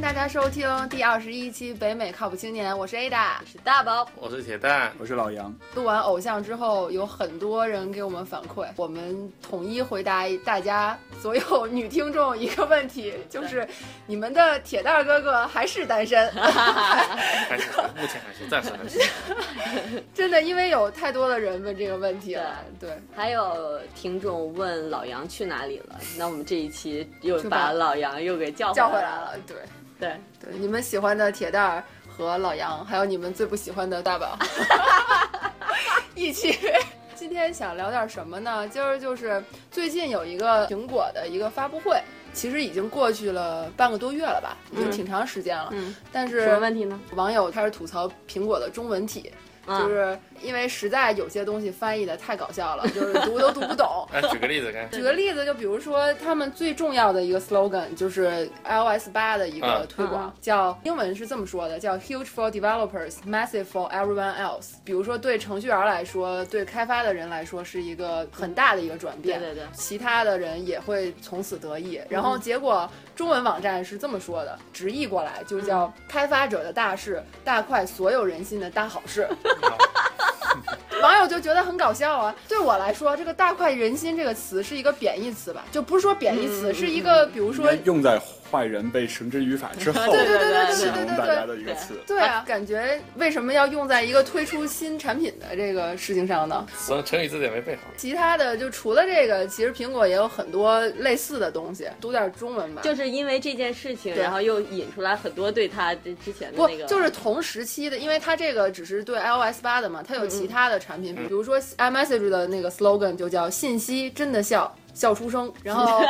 大家收听第二十一期《北美靠谱青年》，我是 Ada，我是大宝。我是铁蛋，我是老杨，录完偶像之后，有很多人给我们反馈，我们统一回答大家所有女听众一个问题，就是你们的铁蛋儿哥哥还是单身？ 还是目前还是暂时还是，真的，因为有太多的人问这个问题了，对，还有听众问老杨去哪里了，那我们这一期又就把把老杨又给叫叫回回来来了，了。对对，对，你们喜欢的铁蛋儿和老杨，还有你们最不喜欢的大 宝，一起。今天想聊点什么呢？今儿就是最近有一个苹果的一个发布会，其实已经过去了半个多月了吧，已经嗯挺长时间了。嗯，但什么是问题呢？网友开始吐槽苹果的中文体，就嗯，是因为实在有些东西翻译的太搞笑了，就是读都读不懂。哎，举个例子看，举个例子，就比如说他们最重要的一个 slogan 就是 iOS 八的一个嗯推广，嗯叫英文是这么说的，叫 huge for developers, massive for everyone else。比如说对程序员来说，对开发的人来说是一个很大的一个转对变。对嗯对，其他的人也会从此得益。然后结果中文网站是这么说的，直译过来就嗯叫“开发者的大事，大快所有人心的大好事”网友就觉得很搞笑啊。对我来说，这个“大快人心”这个词是一个贬义词吧？就不是说贬义词，嗯是一个比如应说该。用在坏人被绳之于法之后，对对对对对形对容对大对家的一个词。对啊，感觉为什么要用在一个推出新产品的这个事情上呢？成成语字典没背好，其他的就除了这个，其实苹果也有很多类似的东西，读点中文吧。就是因为这件事情，对然后又引出来很多对他之之前的不那个，就是同时期的，因为它这个只是对 iOS 八的嘛，它有嗯其他的产品，比如说 iMessage 的那个 slogan 就叫“信息真的笑笑出声”，然 后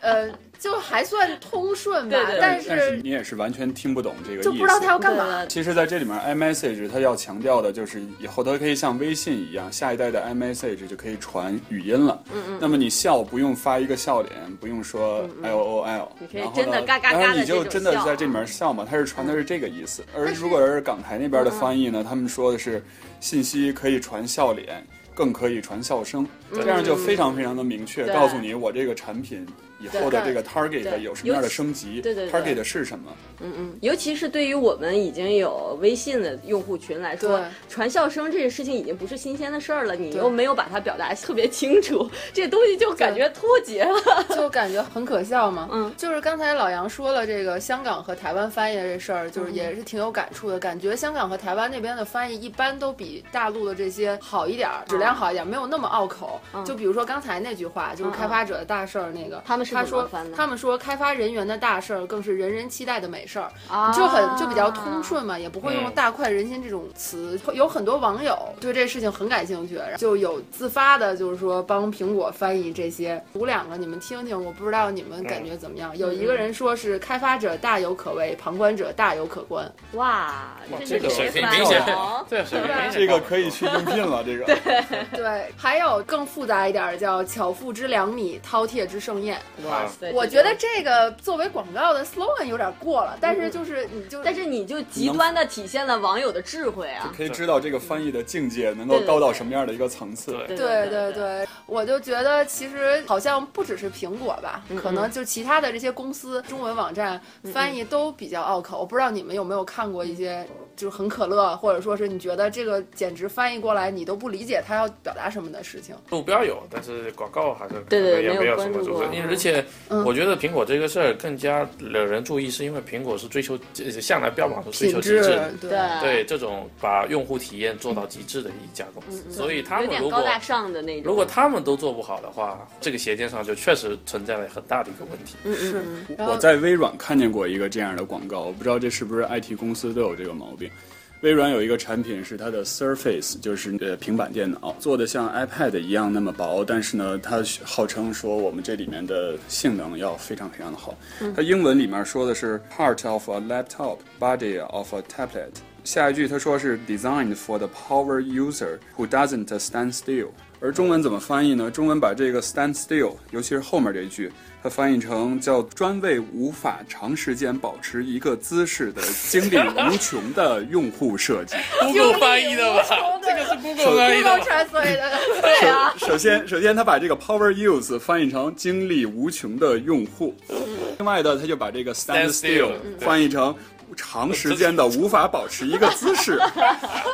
呃就还算通顺吧，对对对但但是你也是完全听不懂这个意思，就不知道它要干嘛。对其实，在这里面，iMessage 它要强调的就是，以后它可以像微信一样，下一代的 iMessage 就可以传语音了。嗯嗯。那么你笑不用发一个笑脸，不用说 L O L，嗯你可以然后真的呢，嘎嘎嘎的然后你这就种真的笑啊嗯在这里面笑嘛，它是传的是这个意思。而如果是港台那边的翻译呢，他们说的是信息可以传笑脸。更可以传笑声，这样就非常非常的明确，嗯对告诉你我这个产品以后的对这个 target 对有什么样尤的其升级对对对，target 是什么。尤其是对于我们已经有微信的用户群来说对，传笑声这个事情已经不是新鲜的事儿了，你对又没有把它表达特别清楚，这东西就感觉脱节了。就感觉很可笑嘛。嗯，就是刚才老杨说了这个香港和台湾翻译的这事儿，嗯就是也是挺有感触的。感觉香港和台湾那边的翻译一般都比大陆的这些好一点儿，质量嗯好一点儿，没有那么拗口。就比如说刚才那句话，就是开发者的大事儿那个，嗯他们是他怎么说翻的他们说开发人员的大事儿更是人人期待的美事儿。啊就很就比较哦通。顺嘛，也不会用“嗯大快人心”这种词。有很多网友对这事情很感兴趣，就有自发的，就是说帮苹果翻译这些。读两个你们听听，我不知道你们感嗯觉怎么样。有一个人说是开发者大有可为，旁观者大有可 观。哇，这个谁水平翻明的显好，这个水平明显这个可以去应聘了，这个。对，还有更复杂一点儿叫“巧妇之良米，饕餮之盛宴啊哇，”。对嗯我觉得。这个作为广告的 slogan 有点过了，但是就是你就但是你就极端的体现了网友的智慧啊！可以知道这个翻译的境界能够高到什么样的一个层次。对对，对对对，我就觉得其实好像不只是苹果吧，嗯可能就其他的这些公司中文网站翻译都比较拗口。我不知道你们有没有看过一些，就是很可乐，或者说是你觉得这个简直翻译过来你都不理解他要表达什么的事情。路标有，但是广告还是对对没可能也有没有什关么注注过意。因为而且嗯我觉得苹果这个事儿更加惹人注意，是因为苹果是追求这向来标榜是追求极致的。对对对这种把用户体验做到极致的一家公司，所以他嗯有们点如高果大上的那种。如果他们都做不好的话，这个鞋垫上就确实存在了很大的一个问题。嗯嗯是嗯，然我后在微软看见过一个这样的广告，我不知道这是不是 IT 公司都有这个毛病。微软有一个产品是它的 Surface，就是呃平板电脑，做的像 iPad 一样那么薄，但是呢，它号称说我们这里面的性能要非常非常的好。它英文里面说的是 Heart of a laptop, body of a tablet。下一句他说是 designed for the power user who doesn't stand still。而中文怎么翻译呢？中文把这个 stand still，尤其是后面这一句，它翻译成叫专为无法长时间保持一个姿势的精力无穷的用户设计。嗯 Google 翻译的吧，这个是 Google 翻译的 Google 吧？ Translate 的。对啊，首先，首先他把这个 power use 翻译成精力无穷的用户，另外的，他就把这个 stand Stand still， still 嗯翻译成长时间的无法保持一个姿 势，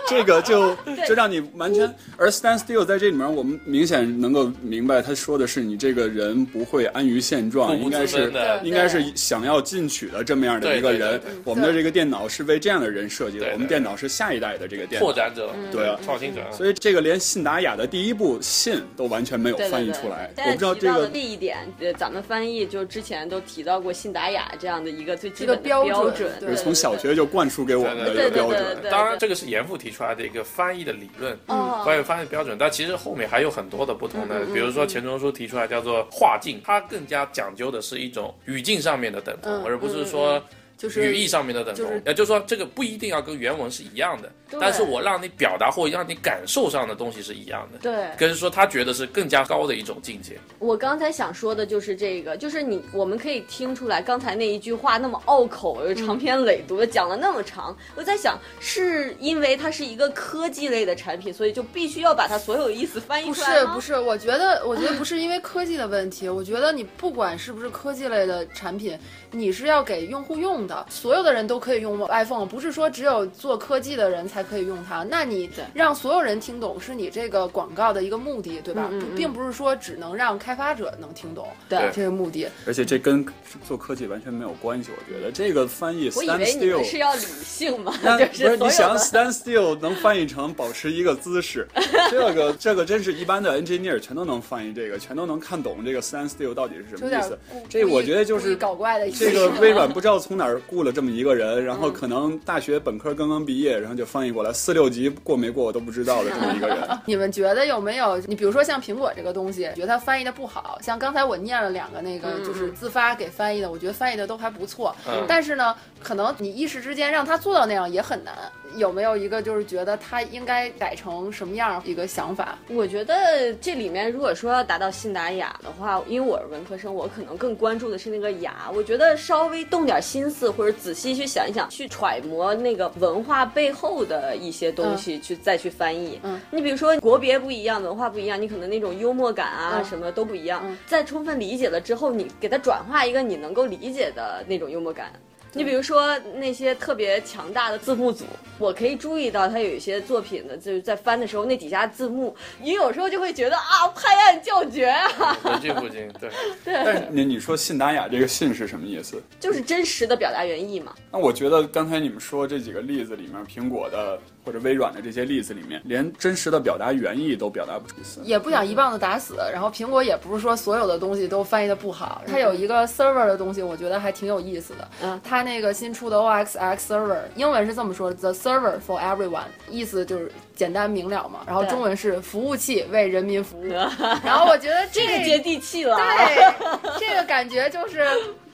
这个就就让你完全。而 stand still 在这里面，我们明显能够明白，他说的是你这个人不会安于现状，固应步自该是封的，应该是想要进取的这么样的一个对对人对。我们的这个电脑是为这样的人设计的对，对我们电脑是下一代的这个电脑拓。展者，嗯对啊创新者，所以这个连信达雅的第一部信都完全没有对对翻译对出来，但我不知道提这到个了这一点，呃，咱们翻译就之前都提到过信达雅这样的一个最基一个本的标准准，对就是从小学就灌输给我们的对一对个对标对准。对，当然，这个是严复提出来的一个翻译的理论，嗯哦关于翻译标准，但其实后面还有很多的不同的，比如说钱钟书提出来叫做画境，它更加讲究的是一种语境上面的等同，嗯而不是说就是语义上面的等就是同。也就是说，这个不一定要跟原文是一样的对，但是我让你表达或让你感受上的东西是一样的。对，跟说他觉得是更加高的一种 境界，我刚才想说的就是这个，就是你我们可以听出来刚才那一句话那么拗口，又长嗯篇累牍的讲了那么长，我在想，是因为它是一个科技类的产品，所以就必须要把它所有意思翻译不出来是吗不是，我觉得我觉得不是因为科技的问题，我觉得你不管是不是科技类的产品，你是要给用户用的，所有的人都可以用 iPhone，不是说只有做科技的人才可以用它。那你对让所有人听懂是你这个广告的一个目的，对吧？嗯嗯不嗯并不是说只能让开发者能听懂对对。这个目的。而且这跟做科技完全没有关系，我觉得这个翻译我以 stand 为你们是 still。要理性嘛，那 就不是所你有想的 stand still 能翻译成保持一个姿势，这个这个真是一般的 engineer 全都能翻译这个，全都能看懂这个 stand still 到底是有什么点意故思。这故意我觉得就故是意搞怪的意思这个微软不知道从哪儿雇了这么一个人，然嗯后可能大学本科刚刚毕业，然后就翻译过来四六级过没过我都不知道的这么一个人。 你们觉得有没有？你比如说像苹果这个东西，觉得它翻译的不好，像刚才我念了两个那个嗯嗯就是自发给翻译的，我觉得翻译的都还不错。嗯但是呢，可能你一时之间让他做到那样也很难。有没有一个就是觉得他应该改成什么样儿一个想法？我觉得这里面如果说要达到信达雅的话，因为我是文科生，我可能更关注的是那个雅。我觉得稍微动点心思，或者仔细去想一想，去揣摩那个文化背后的一些东西，去再去翻译。嗯，你比如说国别不一样，文化不一样，你可能那种幽默感啊、嗯什么都不一样。嗯在充分理解了之后，你给它转化一个你能够理解的那种幽默感。你比如说那些特别强大的字幕组，我可以注意到他有一些作品呢，就是在翻的时候那底下字幕，你有时候就会觉得啊，拍案叫绝啊，文具不精，对，但是你你说信达雅这个信是什么意思？就是真实的表达原意嘛。那我觉得刚才你们说这几个例子里面，苹果的或者微软的这些例子里面，连真实的表达原意都表达不出意也不想一棒子打死。然后苹果也不是说所有的东西都翻译的不好，它有一个 server 的东西，我觉得还挺有意思的。嗯它那个新出的 OXX server，英文是这么说：The server for everyone，意思就是简单明了嘛。然后对中文是服务器为人民服务。 然后我觉得这这个接地气了啊，对，这个感觉就是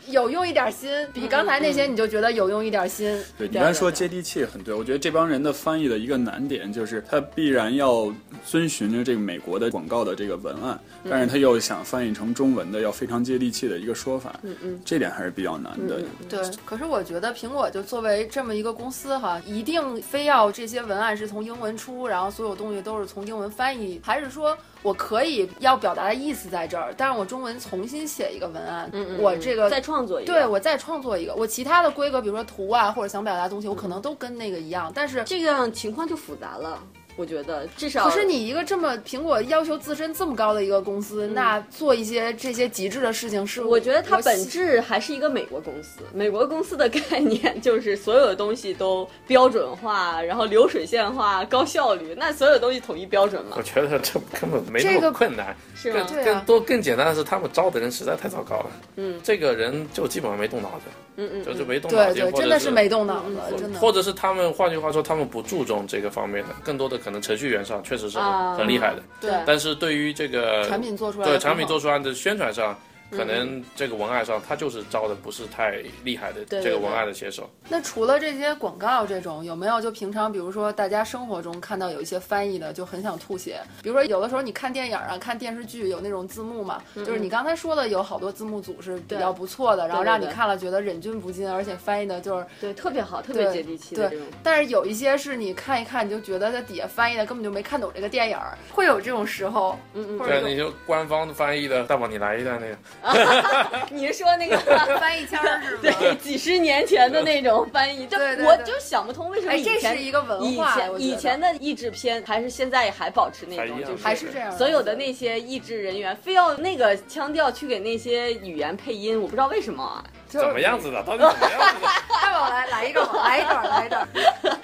有用一点心，比刚才那些你就觉得有用一点心。对，你刚才说接地气很对，我觉得这帮人的翻译的一个难点就是，他必然要遵循着这个美国的广告的这个文案，嗯但是他又想翻译成中文的，要非常接地气的一个说法，嗯嗯，这点还是比较难的。对，可是我觉得苹果就作为这么一个公司哈，一定非要这些文案是从英文出，然后所有东西都是从英文翻译，还是说我可以要表达的意思在这儿，但是我中文重新写一个文案，嗯我这个再创作一个，对我再创作一个，我其他的规格，比如说图啊或者想表达的东西，我可能都跟那个一样，但是这样情况就复杂了。我觉得至少可是你一个这么苹果要求自身这么高的一个公司，那做一些这些极致的事情是我觉得它我本喜质还是一个美国公司。美国公司的概念就是所有的东西都标准化，然后流水线化、高效率，那所有东西统一标准嘛我，觉得这根本没那这个么困难。是更吗？嗯对啊更多更简单的是，他们招的人实在太糟糕了。嗯，这个人就基本上没动脑子，嗯嗯，就是没动脑对筋，对，或真者的是没动脑子，真的或者是他们，换句话说，他们不注重这个方面的，更多的可能程序员上确实是很、啊很厉害的，对但是对于这个嗯产品做出来对的产品不好嗯做出来的宣传上，可能这个文案上他就是招的不是太厉害的对对这个文案的写手。那除了这些广告这种，有没有就平常比如说大家生活中看到有一些翻译的就很想吐血？比如说有的时候你看电影啊、看电视剧有那种字幕嘛，就是你刚才说的有好多字幕组是比较不错的，然后嗯对对让你对看了觉得忍俊不禁，而且翻译的就是对，特别好，特别接地气的这对种。，但是有一些是你看一看你就觉得在底下翻译的根本就没看懂这个电影儿，会有这种时候，嗯嗯，或者对，有你就官方翻译的，大宝你来一段那个，你是说那 个翻译腔儿是吗？ 对几十年前的那种翻译？就对对对我就想不通为什 么哎，以这前是一个文以化，我前觉得以前的译制片还是现在还保持那还一种，样就是还是这样，所有的那些译制人员非要那个腔调去给那些语言配音，我不知道为什么、啊，就怎么样子的？到底怎么样子的？ 太好来来一个吧，来一段，来一段。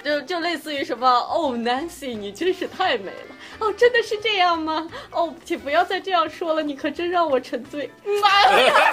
就就类似于什么哦，Nancy，你真是太美了，哦，真的是这样吗？哦，请不要再这样说了，你可真让我沉醉。妈呀，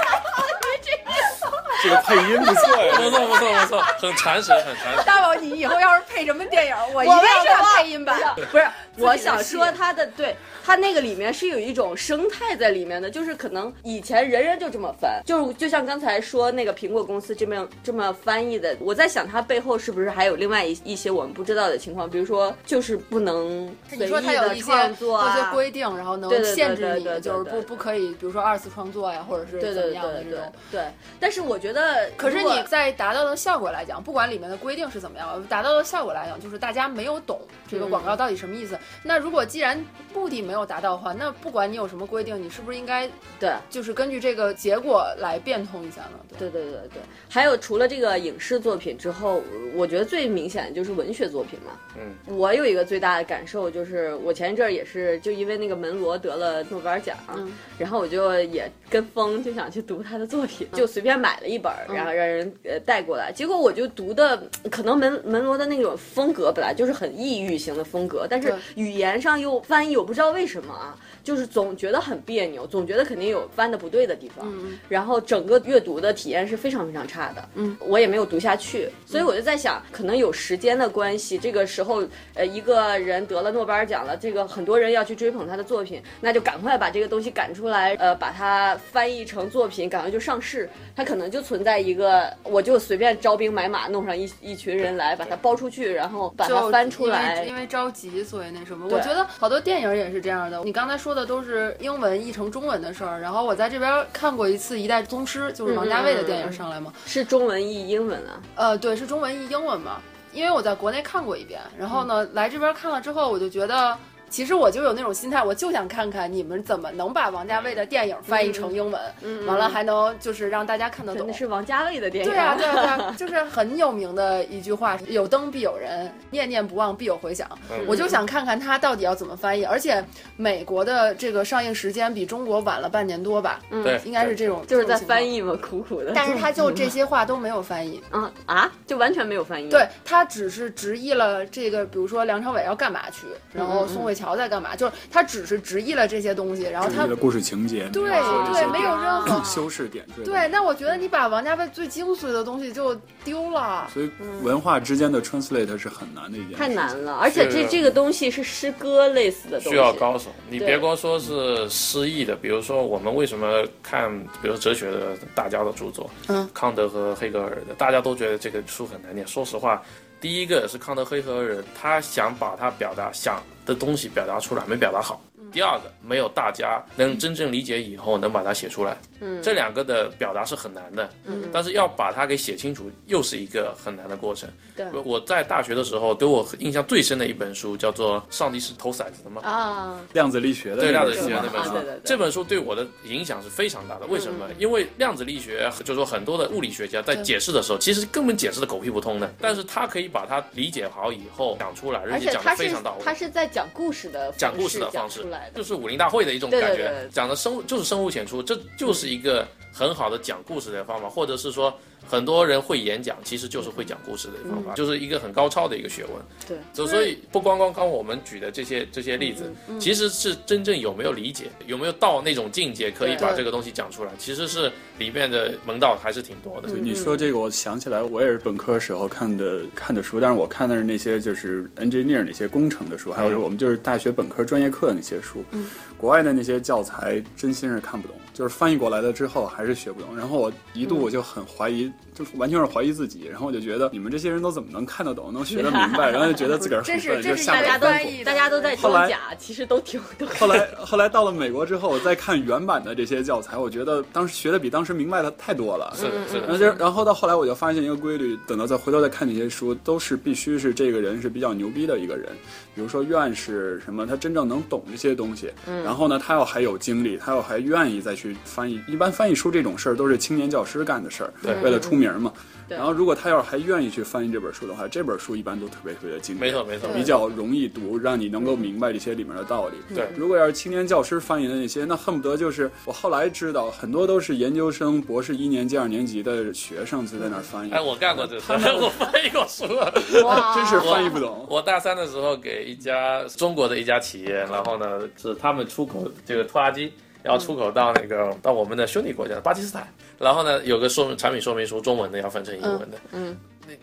这个配音不错 呀。不错不错不错，很传神，很传神。大宝，你以后要是配什么电 影，我一定我为要什看么配音版。不是，我想自己说的戏他的对他那个里面是有一种生态在里面的，就是可能以前人人就这么翻，就是就像刚才说那个苹果公司这么这么翻译的，我在想它背后是不是还有另外一一些我们不知道的情况，比如说就是不能你随说意它有的一些创作有一些啊。规定，然后能对对对限制对你对，对就是不对不可以，比如说二次创作呀，啊或者是对怎么对对样的对这对种。对，但是我觉得，可是如果你在达到的效果来讲，不管里面的规定是怎么样，达到的效果来讲，就是大家没有懂这个广告到底什么意思。那如果既然目的没有达到的话，那不管你有什么规定，你是不是应该对就是根据这个结果来变通一下呢？对吧。对对对对，还有除了这个影视作品之后，我觉得最明显的就是文学作品嘛。嗯，我有一个最大的感受就是，我前一阵儿也是就因为那个门罗得了诺贝尔奖，嗯然后我就也跟风，就想去读他的作品，嗯就随便买了一本儿，然后让人呃带过来。结果我就读的，可能门门罗的那种风格本来就是很抑郁型的风格，但是对语言上又翻译，我不知道为什么啊，就是总觉得很别扭，总觉得肯定有翻的不对的地嗯方。然后整个阅读的体验是非常非常差的。嗯，我也没有读下去，所以我就在想，可能有时间的关系，这个时候呃一个人得了诺贝尔奖了，这个很多人要去追捧他的作品，那就赶快把这个东西赶出来，呃，把它翻译成作品，赶快就上市。它可能就存在一个，我就随便招兵买马，弄上一一群人来把它包出去，然后把它就翻出因为来因。为着急，所以那什么。对我觉得好多电影也是这样的。你刚才说的都是英文译成中文的事儿，然后我在这边看过一次《一代宗师》，就是王家卫的嗯电影上来嘛，是中文译英文啊，呃，对，是中文译英文嘛。因为我在国内看过一遍，然后呢，嗯来这边看了之后，我就觉得。其实我就有那种心态，我就想看看你们怎么能把王家卫的电影翻译成英文，完了还能就是让大家看得嗯真嗯懂的。是王家卫的电影。对 啊，对啊，对 啊，就是很有名的一句话：“有灯必有人，念念不忘必有回响。”嗯我就想看看它到底要怎么翻译，而且美国的这个上映时间比中国晚了半年多吧，嗯对，应该是这种，就是在这种情况翻，译嘛，苦苦的。但是他就这些话都没有翻译，啊啊，就完全没有翻译。对他只是直译了这个，比如说梁朝伟要干嘛去，然嗯后宋慧乔在干嘛，就是他只是直译了这些东西，然后这哦他个故事情节，对说这些对点没有任何啊 修饰点缀。对，。那我觉得你把王家卫最精髓的东西就丢了。所以文化之间的 translate 是很难的一件事。嗯太难。了，而且这是这个东西是诗歌类似的东西，需要高手，你对别光说是诗意的，比如说我们为什么看，比如哲学的大家的著作，嗯，康德和黑格尔的，大家都觉得这个书很难念。说实话，第一个是康德、黑格尔，他想把他表达想的东西表达出嗯来，没表达好。第二个，没有大家能真正理解以后，能把它写出来。嗯，这两个的表达是很难的，嗯，但是要把它给写清楚，又是一个很难的过程。对我我在大学的时候，给我印象最深的一本书叫做《上帝是投骰子的吗》。啊，量子力学的对那量本子书力嘛学那本啊书对对嗯对，这本书对我的影响是非常大的。为什么？因为量子力学，就是说很多的物理学家在解释的时候，其实根本解释的狗屁不通的，但是他可以把它理解好以后讲出来，嗯而而且讲他的是非常到位他。是在讲故事的讲故事的方方式式讲出来的，就是武林大会的一种感觉，对对对对讲的深入就是深入浅出，这就是一个很好的讲故事的方法，或者是说很多人会演讲，其实就是会讲故事的方法，就是一个很高超的一个学问。嗯对，所所以不光光刚我们举的这些这些例子，嗯其实是真正有没有理解，有没有到那种境界，可以对把这个东西讲出来，其实是里面的门道还是挺多的。嗯你说这个，我想起来，我也是本科时候看的看的书，但是我看的是那些就是 engineer 那些工程的嗯书，还有我们就是大学本科专业课那些书。嗯国外的那些教材真心是看不懂，就是翻译过来了之后还是学不懂。然后我一嗯度我就很怀疑，就是完全是怀疑自己。然后我就觉得你们这些人都怎么能看得懂，能学得明 白？然后就觉得自个儿很这是笨，就这是下大家不了都功翻夫译。的大家都在后装来假，其实都挺都后来 后来到了美国之后，我再看原版的这些教材，我觉得当时学的比当时明白的太多了。是的，嗯是然的后，就然后到后来我就发现一个规律，等到再回头再看那些书，都是必须是这个人是比较牛逼的一个人，比如说嗯院士什么，他真正能懂这些东西，然后呢，他要还有精力，他要还愿意再去去翻译。一般翻译书这种事儿都是青年教师干的事儿，对为了出名嘛。对然后如果他要是还愿意去翻译这本书的话，这本书一般都特别特别经典，没错没错比较容易读，让你能够明白这些里面的道理。对如果要是青年教师翻译的那些，那恨不得就是我后来知道，很多都是研究生、博士一年级、二年级的学生就在那儿翻译，哎，我干过这事，我翻译过书了。哇，真是翻译不懂。我大三的时候给一家中国的一家企业，然后呢是他们出口这个拖拉机，然后出口到那个到我们的兄弟国家巴基斯坦，然后呢有个说明产品说明书中文的要翻成英文的，嗯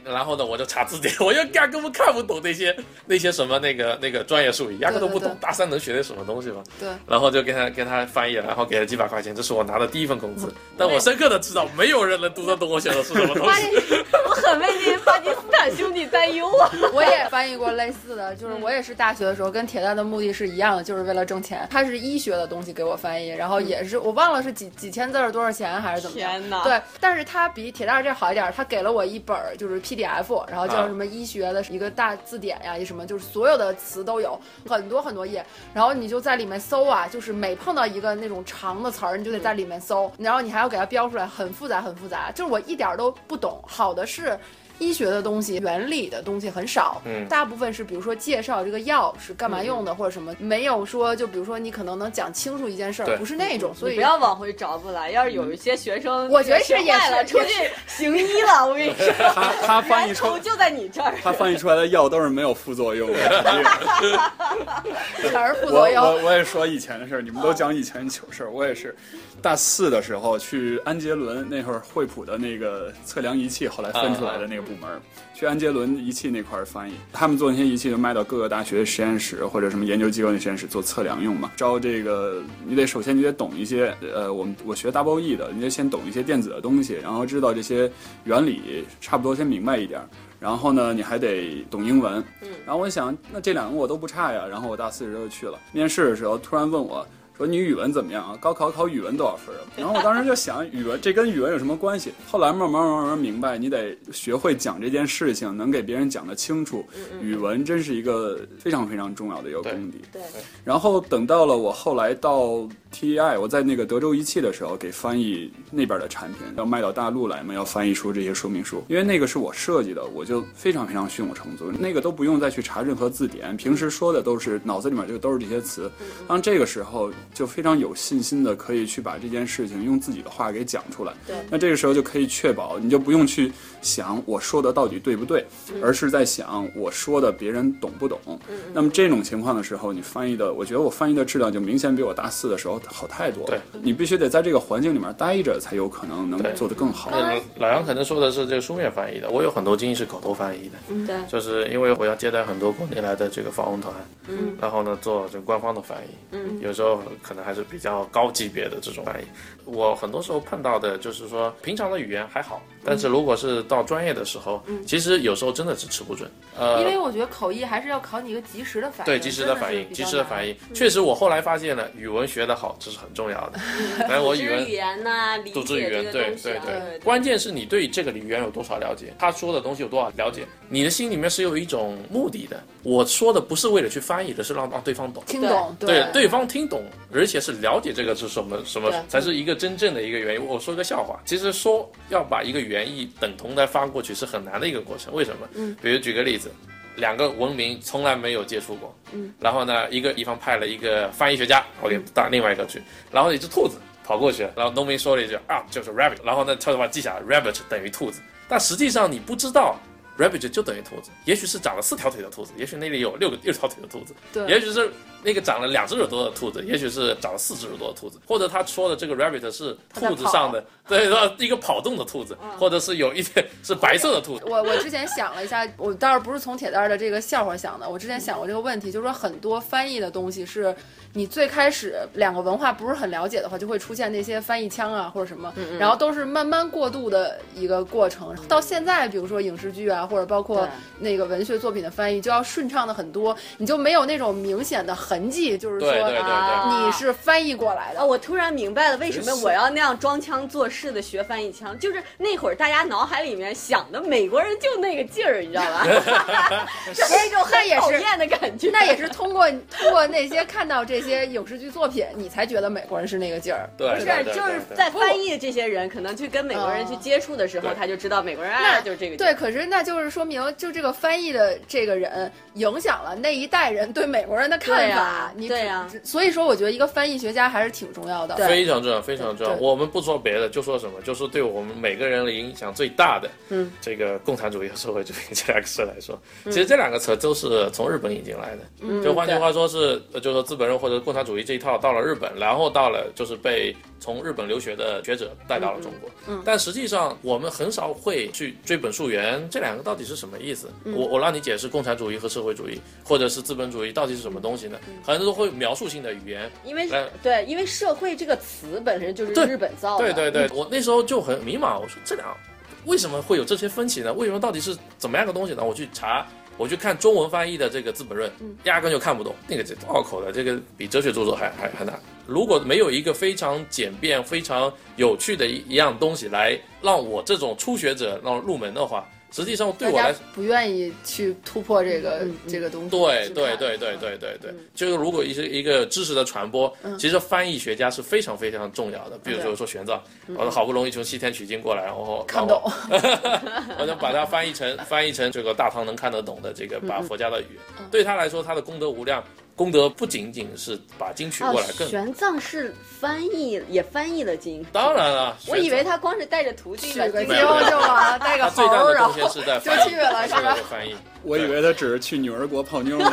那然后呢我就查字典， 我又压根看不懂那些那些什么那个那个专业术语，压根都不对对，懂大三能学点什么东西吗？对，然后就给他给他翻译，然后给了几百块钱，这是我拿的第一份工资，但我深刻的知道没有人能读得懂我写的是什么东巴西。基，我很为这些巴基斯坦兄弟担忧 啊！ 我也翻译过类似的，就是嗯我也是大学的时候跟铁蛋的目的是一样的，就是为了挣钱。他是医学的东西给我翻译，然后也是我忘了是几几千字儿多少钱还是怎么样。嗯天哪对，但是他比铁蛋这好一点儿，他给了我一本儿就是 PDF，然后啊叫什么医学的一个大字典呀，一什么就是所有的词都有很多很多页，然后你就在里面搜啊，就是每碰到一个那种长的词儿，你就得在里面搜，然后你还要给它标出来，很复杂很复杂。就是我一点儿都不懂，好的是。医学的东西、原理的东西很少，嗯大部分是比如说介绍这个药是干嘛用的、或者什么，没有说就比如说你可能能讲清楚一件事对儿，不是那种，所你以不要往回找不来，要是有一些学生，我觉得是也坏了，是出去行医了，我跟你 说，他他翻译源出头就在你这儿。他翻译出来的药都是没有副作用的。全是副我作用。我我也说以前的事儿，你们都讲以前糗事儿，我也是。大四的时候去安杰伦那会儿，惠普的那个测量仪器后来分出来的那个部门儿，啊去安杰伦仪器那块儿翻译，他们做那些仪器就卖到各个大学实验室或者什么研究机构的实验室做测量用嘛。招这个你得首先你得懂一些，呃，我们我学 double E 的，你得先懂一些电子的东西，然后知道这些原理，差不多先明白一点儿。然后呢，你还得懂英文。嗯，然后我想，那这两个我都不差呀。然后我大四的时候去了，面试的时候突然问我说：“你语文怎么样啊？高考考语文多少分啊？”然后我当时就想，语文这跟语文有什么关系？后来慢慢慢慢明白，你得学会讲这件事情，能给别人讲得清楚。语文真是一个非常非常重要的一个功底。 对，然后等到了我后来到 TEI，我在那个德州仪器的时候，给翻译那边的产品，要卖到大陆来嘛，要翻译出这些说明书，因为那个是我设计的，我就非常非常胸有成竹，那个都不用再去查任何字典，平时说的都是脑子里面就都是这些词，当这个时候就非常有信心的可以去把这件事情用自己的话给讲出来，对那这个时候就可以确保你就不用去想我说的到底对不对，而是在想我说的别人懂不懂，那么这种情况的时候，你翻译的，我觉得我翻译的质量就明显比我大四的时候好太多了。你必须得在这个环境里面待着，才有可能能对做得更好。呃老杨可能说的是这个书面翻译的，我有很多经验是口头翻译的。对，就是因为我要接待很多国内来的这个访问团，嗯，然后呢做这个官方的翻译，嗯，有时候可能还是比较高级别的这种翻译。我很多时候碰到的就是说，平常的语言还好，但是如果是到专业的时候，其实有时候真的是吃不准。呃，因为我觉得口译还是要考你一个及时的反应，对，及时的反应，及时的反应，确实，我后来发现了，语文学得好这是很重要的。来，我语文语言呐，理组织解语这言，个对东西啊，对，关键是你对这个语言有多少了解，他说的东西有多少了解，你的心里面是有一种目的的。我说的不是为了去翻译的，是让让对方懂，听懂，对对方听懂，而且是了解这个是什么什么对，才是一个真正的一个原因。我说一个笑话，其实说要把一个原意等同的翻过去是很难的一个过程，为什么？嗯，比如举个例子。两个文明从来没有接触过，嗯，然后呢，一个地方派了一个翻译学家，我给到另外一个去，然后一只兔子跑过去了，然后农民说了一句啊，就是 rabbit，然后呢，悄悄把它记下来，rabbit 等于兔子，但实际上你不知道 rabbit 就等于兔子，也许是长了四条腿的兔子，也许那里有六个六条腿的兔子，对也许是那个长了两只耳朵的兔子，也许是长了四只耳朵的兔子，或者他说的这个 rabbit 是兔子上的，对，说一个跑动的兔子，嗯或者是有一点是白色的兔子，我我之前想了一下，我倒是不是从铁蛋儿的这个笑话想的，我之前想过这个问题，就是说很多翻译的东西是你最开始两个文化不是很了解的话，就会出现那些翻译腔啊或者什么，嗯然后都是慢慢过渡的一个过程。到现在，比如说影视剧啊，或者包括对那个文学作品的翻译，就要顺畅的很多，你就没有那种明显的痕痕迹，就是对对对说对，你是翻译过来啊，的。我突然明白了为什么我要那样装腔作势的学翻译腔，就是那会儿大家脑海里面想的美国人就那个劲儿，你知道 吧？就是那种那也很是讨厌的感 觉。那也是通过通过那些看到这些影视剧作品，你才觉得美国人是那个劲儿。对不是对对，就是对在翻译这些人，可能去跟美国人去接触的时候，对他就知道美国人那哎就是这个劲对，儿。可是那就是说明，就这个翻译的这个人影响了那一代人对美国人的看对法。啊你对啊只所以说我觉得一个翻译学家还是挺重要的。对非常重要，非常重要。对我们不说别的，就说什么，就说对我们每个人的影响最大的，嗯，这个共产主义和社会主义这两个词来说，其实这两个词都是从日本引进来的。嗯就换句话说是，呃就说资本论或者共产主义这一套到了日本，然后到了就是被从日本留学的学者带到了中国。嗯，但实际上我们很少会去追本溯源，这两个到底是什么意思？我我让你解释共产主义和社会主义，或者是资本主义到底是什么东西呢？很多都会描述性的语言，因为来对，因为社会这个词本身就是对日本造的。嗯对对对，我那时候就很迷茫，我说这俩为什么会有这些分歧呢？为什么到底是怎么样个东西呢？我去查，我去看中文翻译的这个《资本论》，嗯压根就看不懂，那个这拗口的，这个比哲学著作还还还难。如果没有一个非常简便、非常有趣的一一样东西来让我这种初学者让我入门的话，实际上对大我来家不愿意去突破这个、嗯这个东西。对去对看嗯对对对对对，就是如果一是一个知识的传播，其实翻译学家是非常非常重要嗯的。比如说说玄奘，我好不容易从西天取经过来，然后 看不，懂，然后我能把它翻译成 翻译成这个大唐能看得懂的这个把佛家的语嗯言，对他来说他的功德无量。功德不仅仅是把经取哦过来，，更玄奘是翻译也翻译了经，当然了，我玄以为奘他光是带着徒弟取把个经经没有没有就完了，带个他最猴大儿，的然贡后献是 在就翻译去了是吧？翻译，我以为他只是去女儿国泡妞呢。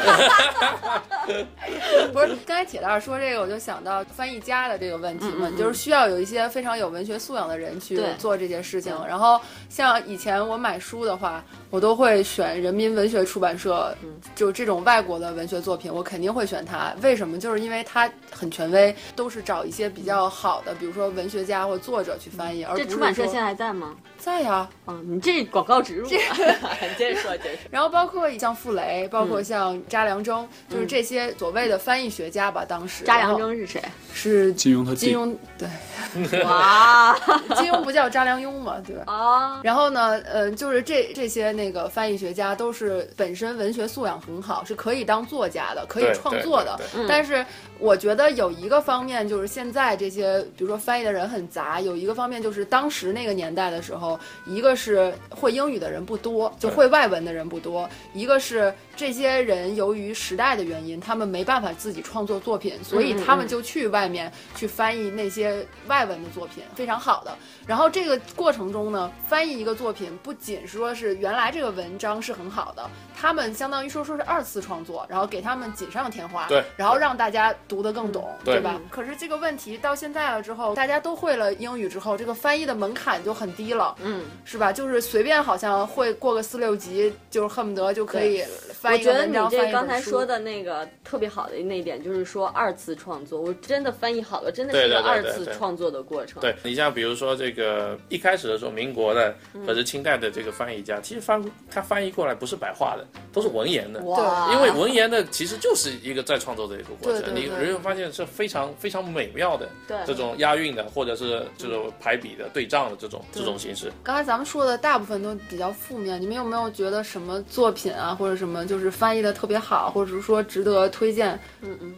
不是，刚才铁蛋儿说这个，我就想到翻译家的这个问题嘛，就是需要有一些非常有文学素养的人去嗯对做这些事情。对然后像以前我买书的话，我都会选人民文学出版社，嗯就这种外国的文学作品，我肯定会选它。为什么？就是因为它很权威，都是找一些比较好的，比如说文学家或作者去翻译，而嗯这不出版是社说现在还在吗？在呀。啊，你这广告植入，啊，你 接着说，接着说。然后包括像傅雷，包嗯括像查良铮，就是这些所谓的翻译学家吧。当时查嗯良铮是谁？是金庸他自金己庸对。 哇金庸不叫查良镛嘛，对吧？啊！然后呢，呃，就是这这些那个翻译学家都是本身文学素养很好，是可以当作家的，可以对创对作对的对。嗯但是我觉得有一个方面就是现在这些，比如说翻译的人很杂，有一个方面就是当时那个年代的时候，一个是会英语的人不多，就对会外文的人不多；一个是这些人由于时代的原因，他们没办法自己创作作品，所以嗯嗯他们就去外面去翻译那些外文的作品，非常好的。然后这个过程中呢，翻译一个作品不仅说是原来这个文章是很好的，他们相当于说说是二次创作，然后给他们锦上添花，对嗯然后让大家读得更懂，对吧？可是这个问题到现在了之后，大家都会了英语之后，这个翻译的门槛就很低了，嗯，是吧？就是随便好像会过个四六级，就是恨不得就可以翻我译一个觉得文你章，翻这译刚本才书说的那个特别好的那一点，就是说二次创作，我真的翻译好了，真的对是一个对对二对次对创作的过程。对你像比如说这个一开始的时候，民国的或者清代的这个翻译家，其实翻他翻译过来不是白话的，都是文言的。哇，因为文言的其实就是一个在创作的一个过对程，对你对你会发现是非常非常美妙的对这种押韵的，或者是这种排比的对仗的这种这种形式。刚才咱们说的大部分都比较负面，你们有没有觉得什么作品啊，或者什么就是翻译的特别好，或者是说值得推荐？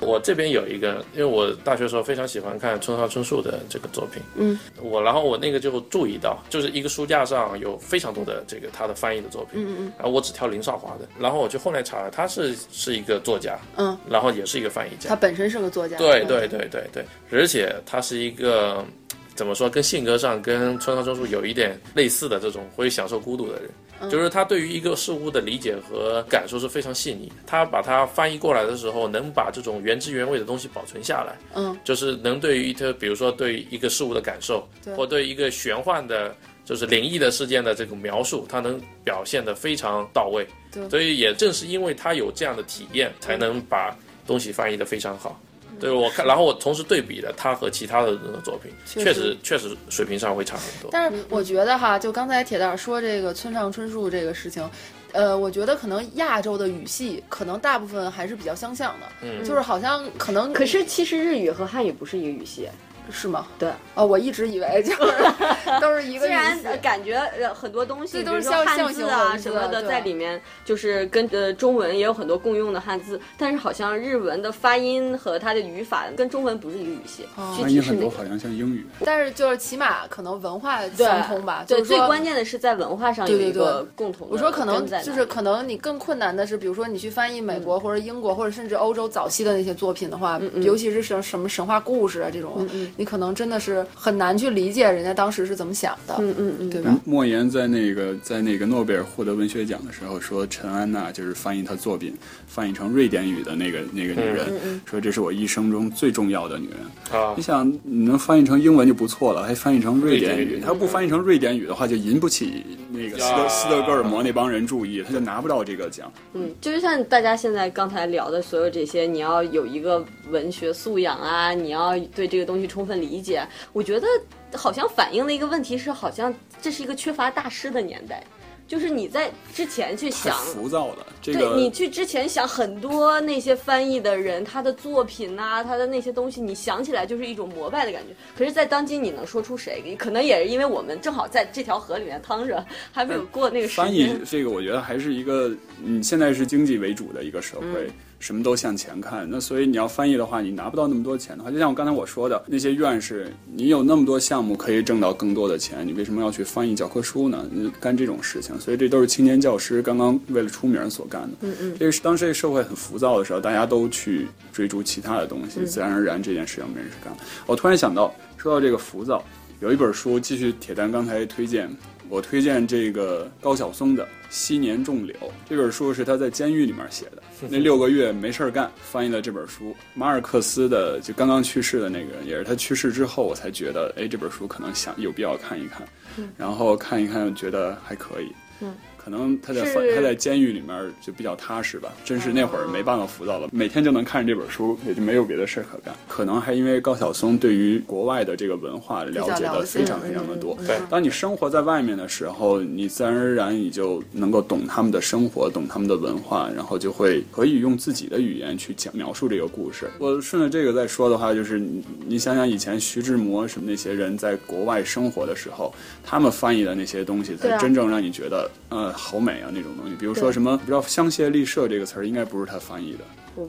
我这边有一个，因为我大学的时候非常喜欢看村上春树的这个作品，嗯，我然后我那个就注意到，就是一个书架上有非常多的这个他的翻译的作品，嗯嗯，然后我只挑林少华的，然后我就后来查了，他是是一个作家，嗯，然后也是一个翻译家他，本身是个作家，对对对对对，而且他是一个怎么说，跟性格上跟村上春树有一点类似的这种会享受孤独的人，就是他对于一个事物的理解和感受是非常细腻的。他把它翻译过来的时候，能把这种原汁原味的东西保存下来，嗯，就是能对于一个比如说对于一个事物的感受，或对一个玄幻的。就是灵异的事件的这种描述，他能表现得非常到位，对所以也正是因为他有这样的体验，才能把东西翻译得非常好。嗯对我看，然后我同时对比了他和其他的那个作品，确确实实确实水平上会差很多。嗯但是我觉得哈，就刚才铁蛋儿说这个村上春树这个事情，呃，我觉得可能亚洲的语系可能大部分还是比较相像的，嗯就是好像可能嗯可是其实日语和汉语不是一个语系，是吗？对，哦，我一直以为就是都是 一个虽语然系呃。感觉呃很多东西，这比都如是说象汉象字形啊文什字么的，对在里面就是跟呃中文也有很多共用的汉字，但是好像日文的发音和它的语法跟中文不是一个语系，哦具翻体译是很哪多个？好像像英语，但是就是起码可能文化对相通吧，对，就是说最关键的是在文化上有对对一个共同的我说可能根在那嗯就是里可能你更困难的是，比如说你去翻译美国或者英国或者甚至欧洲早期的那些作品的嗯话，尤其是什什么神话故事啊这种，你可能真的是很难去理解人家当时是怎么想的，嗯嗯嗯，对吧？嗯莫言在那个在那个诺贝尔获得文学奖的时候说，陈安娜就是翻译她作品翻译成瑞典语的那个那个女嗯人，说这是我一生中最重要的女人。啊你，想，你能翻译成英文就不错了，还翻译成瑞典瑞典语语。啊他不翻译成瑞典语的话，就引不起那个斯呀德斯德哥尔摩那帮人注意，他就拿不到这个奖。嗯，就是像大家现在刚才聊的所有这些，你要有一个文学素养啊，你要对这个东西充分理解。我觉得好像反映了一个问题是，好像这是一个缺乏大师的年代，就是你在之前去太想。浮躁了，这对你个去之前想很多那些翻译的人，他的作品呐、他的那些东西，你想起来就是一种膜拜的感觉。可是，在当今，你能说出谁？可能也是因为我们正好在这条河里面趟着，还没有过那个时翻译间。这个，我觉得还是一个，嗯，现在是经济为主的一个社嗯会，什么都向前看。那所以你要翻译的话，你拿不到那么多钱的话，就像我刚才我说的，那些院士，你有那么多项目可以挣到更多的钱，你为什么要去翻译教科书呢？你干这种事情，所以这都是青年教师刚刚为了出名所干的。嗯嗯，这个是当这个社会很浮躁的时候，大家都去追逐其他的东嗯西，自然而然这件事情没人去干了。我突然想到，说到这个浮躁，有一本书，继续铁蛋刚才推荐，我推荐这个高晓松的《昔年种柳》这本书是他在监狱里面写的，那六个月没事儿干，翻译了这本书。马尔克斯的就刚刚去世的那个人，也是他去世之后，我才觉得，哎，这本书可能想有必要看一看，然后看一看，觉得还可以。可能他在是翻他在监狱里面就比较踏实吧，真是那会儿没办法浮躁了，每天就能看着这本书，也就没有别的事儿可干。可能还因为高晓松对于国外的这个文化了解的非常非常嗯的多。嗯对当你生活在外面的时候，你自然而然你就能够懂他们的生活，懂他们的文化，然后就会可以用自己的语言去讲描述这个故事。我顺着这个再说的话，就是你你想想以前徐志摩什么那些人在国外生活的时候，他们翻译的那些东西，对才啊真正让你觉得，呃，好美啊那种东西。比如说什么，不知道“香榭丽舍”这个词儿应该不是他翻译的，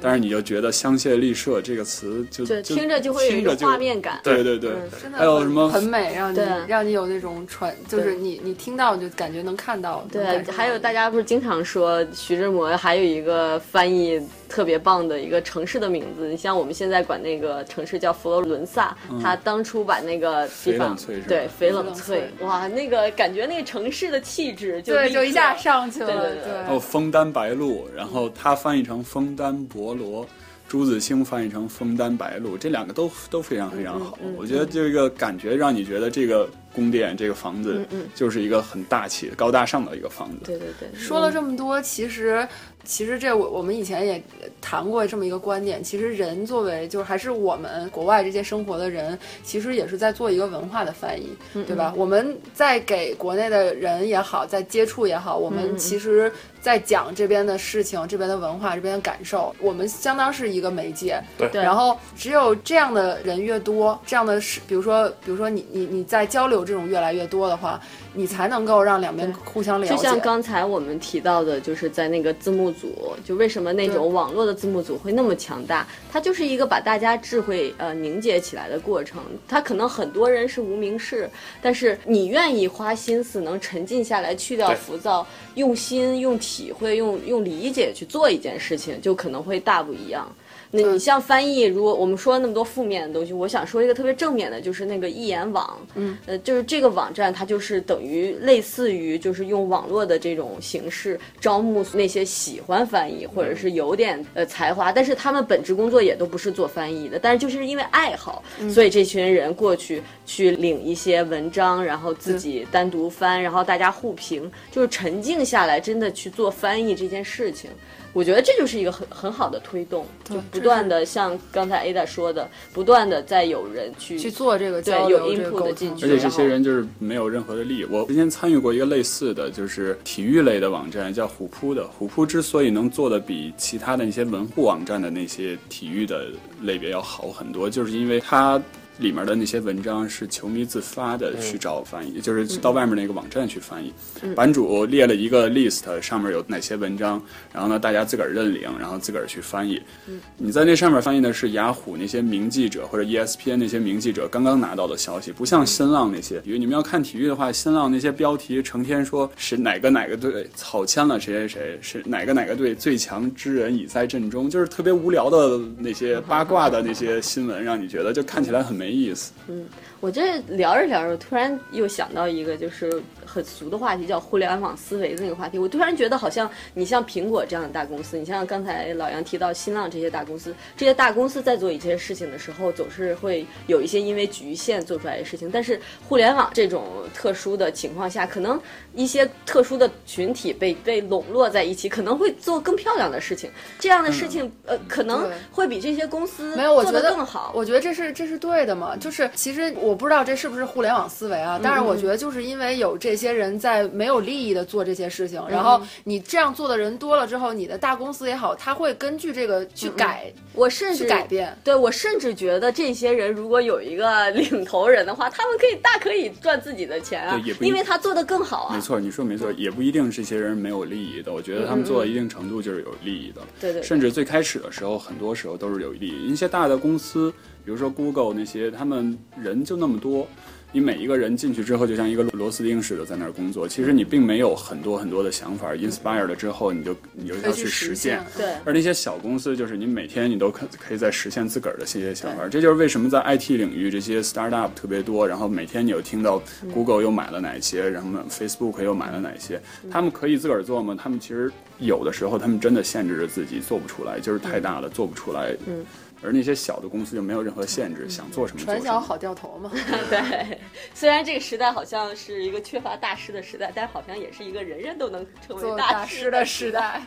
但是你就觉得“香榭丽舍”这个词就对，就听着就会有一听种着画面感。对对对，嗯真的还有很什么很美，让你对让你有那种传，就是对你你听到就感觉能看到。能对感，受还有到大家不是经常说徐志摩还有一个翻译特别棒的一个城市的名字，你像我们现在管那个城市叫佛罗伦萨，他当初把那个地嗯翡方冷翠是吧对翡冷冷翠翠，哇，那个感觉那个城市的气质就对立就一刻下上去了，对对对还有枫丹白露，然后它翻译成枫丹薄罗，朱自清翻译成枫丹白露，这两个都都非常嗯非常好。我觉得这个感觉让你觉得这个宫殿、这个房嗯子就是一个很大气、高大上的一个房子。对对对，说了这么多，其实其实这我我们以前也谈过这么一个观点，其实人作为就是还是我们国外这些生活的人，其实也是在做一个文化的翻译，嗯对吧？我们在给国内的人也好，在接触也嗯好，我们其实在讲这边的事情、这边的文化、这边的感受，我们相当是一个媒介。对然后只有这样的人越多，这样的事，比如说比如说你你你在交流这种越来越多的话，你才能够让两边对互相了解。就像刚才我们提到的，就是在那个字幕组，就为什么那对种网络的字幕组会那么强大？它就是一个把大家智慧呃凝结起来的过程。它可能很多人是无名氏，但是你愿意花心思，能沉浸下来，去掉对浮躁，用心、用体会、用用理解去做一件事情，就可能会大不一样。那对你像翻译，如果我们说了那么多负面的东西，我想说一个特别正面的，就是那个一言网，嗯，呃，就是这个网站，它就是等于类似于就是用网络的这种形式招募那些喜欢翻译或者是有点呃才华，但是他们本职工作也都不是做翻译的，但是就是因为爱好，嗯所以这群人过去去领一些文章，然后自己单独翻，然后大家互评，就是沉静下来，真的去做翻译这件事情。我觉得这就是一个很很好的推动，就对不断的像刚才 Ada 说的，不断的在有人去去做这个对交有流，这个 input 沟进通去而且这些人就是没有任何的利益。我之前参与过一个类似的，就是体育类的网站，叫虎扑的。虎扑之所以能做的比其他的那些文护网站的那些体育的类别要好很多，就是因为它。里面的那些文章是球迷自发的去找翻译，就是到外面那个网站去翻译。版主列了一个 list，上面有哪些文章，然后呢，大家自个儿认领，然后自个儿去翻译。你在那上面翻译的是雅虎那些名记者 E 或者 ESPN 那些名记者刚刚拿到的消息，不像新浪那些。因为你们要看体育的话，新浪那些标题成天说是哪个哪个队草签了谁谁谁，是哪个哪个队最强之人已在阵中，就是特别无聊的那些八卦的那些新闻，让你觉得就看起来很没意思。我这聊着聊着，突然又想到一个就是很俗的话题，叫互联网思维的那个话题。我突然觉得，好像你像苹果这样的大公司，你像刚才老杨提到新浪这些大公司，这些大公司在做一些事情的时候，总是会有一些因为局限做出来的事情。但是互联网这种特殊的情况下，可能一些特殊的群体被被笼络在一起，可能会做更漂亮的事情。这样的事情，呃，可能对会比这些公司没有，我觉做得得更好。我觉得这是这是对的嘛，就是其实我不知道这是不是互联网思维啊，但嗯是我觉得就是因为有这些人在没有利益的做这些事情，然嗯后你这样做的人多了之后，你的大公司也好，他会根据这个嗯去改、我甚至去改变。对我甚至觉得这些人如果有一个 领头人的话，他们可以大可以赚自己的钱啊对也，不一因为他做的更好啊。没错，你说没错，也不一定这些人没有利益的。我觉得他们做到一定程度就是有利益的。嗯对对对甚至最开始的时候，很多时候都是有利益。一些大的公司，比如说 Google 那些，他们人就那么多，你每一个人进去之后，就像一个螺丝钉似的在那儿工作。其实你并没有很多很多的想法，inspire 了之后，你就你就呃要去实践。啊对，而那些小公司，就是你每天你都可可以在实现自个儿的这些想法，这就是为什么在 IT 领域这些 startup 特别多，然后每天你又听到嗯 Google 又买了哪些，然后呢 Facebook 又买了哪些，嗯他们可以自个儿做吗？他们其实有的时候他们真的限制着自己做不出来，就是太大了做不出来。嗯，而那些小的公司就没有任何限制，想做什么嗯做传什小么。好掉头嘛，对，虽然这个时代好像是一个缺乏大师的时代，但好像也是一个人人都能成做为大师师的时 代。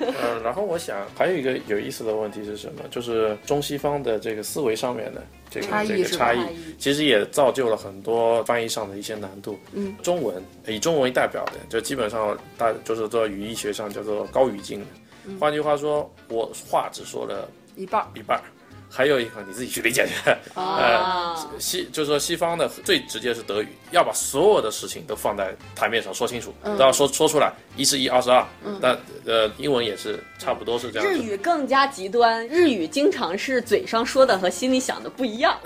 嗯，然后我想还有一个有意思的问题是什么？就是中西方的这个思维上面的这个差异这个是差吧异差异，其实也造就了很多翻译上的一些难度。嗯，中文以中文为代表的，就基本上大就是在语义学上叫做高语境的。嗯换句话说，我话只说了一半儿一半儿，还有一呃个你自己去理解去。哦啊。哎西就是说西方的最直接是德语，要把所有的事情都放在台面上说清楚，都要说说出来，一是一，二是二。但呃，英文也是差不多是这样日子。语更加极端，日语经常是嘴上说的和心里想的不一样。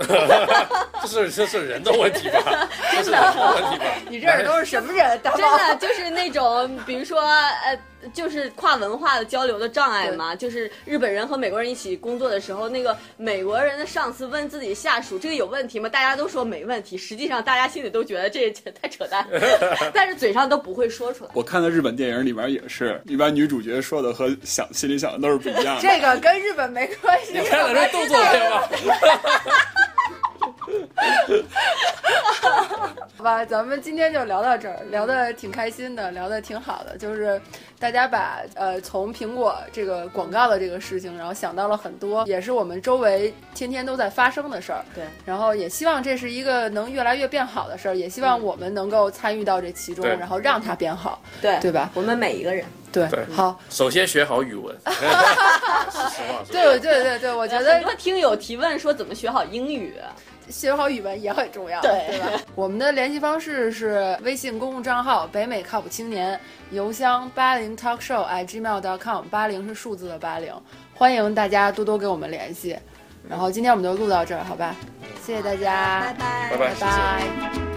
这是这是人的问题吧？这是人的问题吧？你这儿都是什么 人？大真猫的就是那种，比如说呃，就是跨文化的交流的障碍嘛。就是日本人和美国人一起工作的时候，那个美国人的上司问自己下属这个有问题吗？大家都说没问题，实际上大家心里都觉得这太扯淡， 但是嘴上都不会说出来。我看的日本电影里面也是，一般女主角说的和想心里想的都是不一 样的。这个跟日本没关系。哎你看的是动作片吧？好吧，咱们今天就聊到这儿，聊的挺开心的，聊的挺好的，就是大家把呃从苹果这个广告的这个事情，然后想到了很多，也是我们周围天天都在发生的事儿。对，然后也希望这是一个能越来越变好的事儿，也希望嗯我们能够参与到这其中，对然后让它变好。对对吧我们每一个人，对，对好， 首先学好语文。是实话说对对对对，我觉很得多听友提问说怎么学好英语，啊学好语文也很重要，对 吧？我们的联系方式是微信公众账号“北美靠谱青年”，邮箱八零 talk show at gmail.com，八零是数字的八零，欢迎大家多多给我们联系。然后今天我们就录到这儿，好吧？谢谢大家，拜。拜拜，谢谢。拜